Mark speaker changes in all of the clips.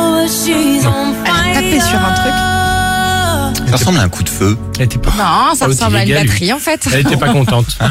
Speaker 1: Elle a tapé sur un truc.
Speaker 2: Ça ressemble à un coup de feu.
Speaker 3: Elle était pas,
Speaker 1: Non, ça
Speaker 3: Oh,
Speaker 1: ressemble à une
Speaker 3: illégal, lui.
Speaker 1: batterie en fait.
Speaker 3: elle était pas contente.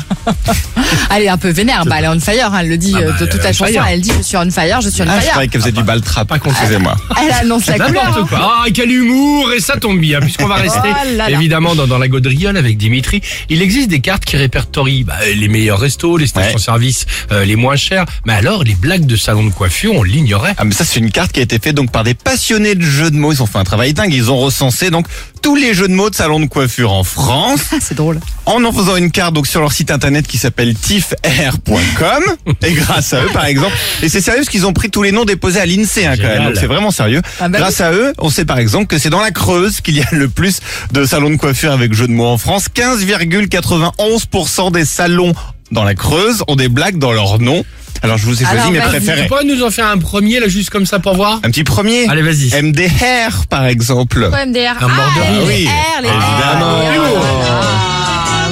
Speaker 1: Elle est un peu vénère. Bah, elle est on fire. hein, Elle le dit
Speaker 3: Ah
Speaker 1: euh,
Speaker 3: bah,
Speaker 1: de toute
Speaker 3: elle est
Speaker 1: la
Speaker 3: on
Speaker 1: chanson.
Speaker 3: fire.
Speaker 1: Elle dit Je suis on fire, je suis on
Speaker 2: Ah, je
Speaker 1: fire.
Speaker 2: croyais qu'elle faisait du baltrap. Ah.
Speaker 3: Pas con.
Speaker 2: Excusez-moi.
Speaker 1: Elle annonce la couleur.
Speaker 3: N'importe quoi. Ah, quel humour Et ça tombe bien, puisqu'on va rester
Speaker 1: Oh là là.
Speaker 3: évidemment dans, dans la gaudriole avec Dimitri. Il existe des cartes qui répertorient bah, les meilleurs restos, les stations-service euh, les moins chers. Mais alors, les blagues de salon de coiffure, on l'ignorait.
Speaker 2: Ah, mais ça, c'est une carte qui a été faite donc par des passionnés de jeux de mots. Ils ont fait un travail dingue. Ils ont recensé donc tous les jeux de mots de salons de coiffure en France
Speaker 1: Ah, C'est drôle.
Speaker 2: en en faisant une carte donc sur leur site internet qui s'appelle tifr.com. Et grâce à eux, par exemple, et c'est sérieux parce qu'ils ont pris tous les noms déposés à l'INSEE hein, quand même.
Speaker 3: Génial.
Speaker 2: Donc c'est vraiment sérieux.
Speaker 1: Ah bah
Speaker 2: grâce à eux, on sait par exemple que c'est dans la Creuse qu'il y a le plus de salons de coiffure avec jeux de mots en France. 15,91% des salons dans la Creuse ont des blagues dans leur nom. Alors je vous ai choisi
Speaker 1: Alors,
Speaker 2: mes
Speaker 1: vas-y.
Speaker 3: Tu peux
Speaker 2: préférés.
Speaker 3: pas nous en faire un premier, là, juste comme ça pour voir
Speaker 2: Un petit premier.
Speaker 3: Allez, vas-y.
Speaker 2: MDR par exemple.
Speaker 1: Quoi, MDR
Speaker 3: Un mort de
Speaker 1: Ah,
Speaker 3: rire.
Speaker 1: les
Speaker 2: Oui,
Speaker 1: R, les R.
Speaker 2: évidemment.
Speaker 1: Ah,
Speaker 2: Humour.
Speaker 1: ah,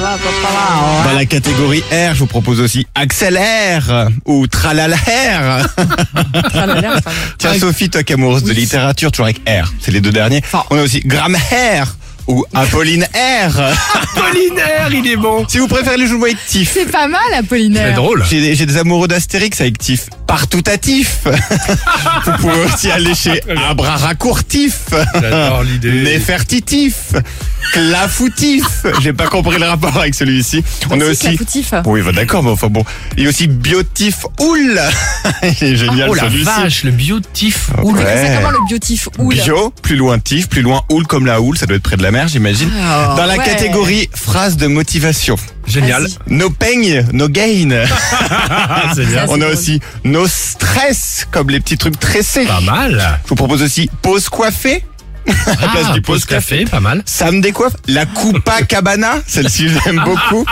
Speaker 1: bah, bah, bah, bah, ouais.
Speaker 2: Dans la catégorie R, je vous propose aussi accélère ou tralalère.
Speaker 3: Ah,
Speaker 1: Ça m'a l'air, ça m'a l'air.
Speaker 2: Tiens Sophie, toi qui es amoureuse de littérature, toujours avec R, c'est les deux derniers.
Speaker 3: Ah.
Speaker 1: Fort.
Speaker 2: On a aussi grammaire ou Apolline R.
Speaker 3: Apollinaire, il est bon
Speaker 2: si vous préférez les jeux de mots avec Tif.
Speaker 1: C'est pas mal, Apollinaire.
Speaker 3: C'est drôle.
Speaker 2: J'ai des- j'ai des amoureux d'Astérix avec Tif. Partout à Tif. vous pouvez aussi aller chez Abraracourtif.
Speaker 3: J'adore l'idée.
Speaker 2: Néfertitif. Clafoutif. J'ai pas compris le rapport avec celui-ci. On a
Speaker 1: Petit
Speaker 2: aussi
Speaker 1: clafoutif.
Speaker 2: Oui, bah d'accord, mais enfin bon. Et aussi Biotif Oul. Il est génial
Speaker 3: Oh la
Speaker 2: celui-ci.
Speaker 3: vache, le biotif. Oula.
Speaker 2: Ouais.
Speaker 1: C'est comment le biotif Oul
Speaker 2: Bio, plus loin tif, plus loin houle comme la houle, ça doit être près de la mer, j'imagine.
Speaker 1: Ah,
Speaker 2: Dans la
Speaker 1: ouais.
Speaker 2: catégorie phrase de motivation.
Speaker 3: Génial.
Speaker 1: Vas-y.
Speaker 2: No pain, no gain.
Speaker 3: Ah, c'est bien.
Speaker 1: Ça,
Speaker 2: On a
Speaker 1: drôle.
Speaker 2: aussi no stress, comme les petits trucs tressés.
Speaker 3: Pas mal.
Speaker 2: Je vous propose aussi pause coiffée.
Speaker 3: À
Speaker 2: la place du pause
Speaker 3: café, pas mal.
Speaker 2: Ça me décoiffe. La coupa cabana, celle-ci j'aime beaucoup.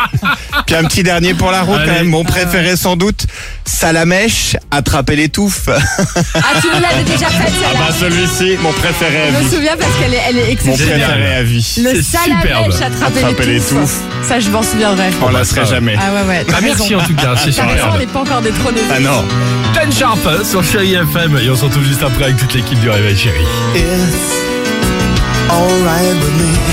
Speaker 2: Puis un petit dernier pour la route quand
Speaker 3: Allez.
Speaker 2: même, mon préféré sans doute. Salamèche, attraper l'étouffe.
Speaker 1: Ah, tu nous l'avais déjà faite,
Speaker 2: Ah bah
Speaker 1: celle-là.
Speaker 2: celui-ci, mon préféré à
Speaker 1: Je me
Speaker 2: vie.
Speaker 1: souviens parce qu'elle est, elle est
Speaker 2: Mon
Speaker 1: exceptionnelle.
Speaker 3: Génial.
Speaker 2: préféré à vie.
Speaker 1: Le
Speaker 3: C'est
Speaker 1: salamèche
Speaker 3: superbe.
Speaker 1: attraper
Speaker 2: Attraper
Speaker 1: les
Speaker 2: les
Speaker 1: touffes. Ça, je m'en souviendrai.
Speaker 2: On la serait jamais.
Speaker 1: Ah ouais, ouais.
Speaker 3: Bah,
Speaker 1: t'as
Speaker 3: merci
Speaker 1: raison.
Speaker 3: en tout cas, c'est
Speaker 1: T'as raison, on n'est
Speaker 3: superbe.
Speaker 1: pas encore détrônés.
Speaker 2: Ah non.
Speaker 3: Dan Sharp euh, sur Chéri FM et on se retrouve juste après avec toute l'équipe du Réveil Chéri.
Speaker 4: It's alright with me.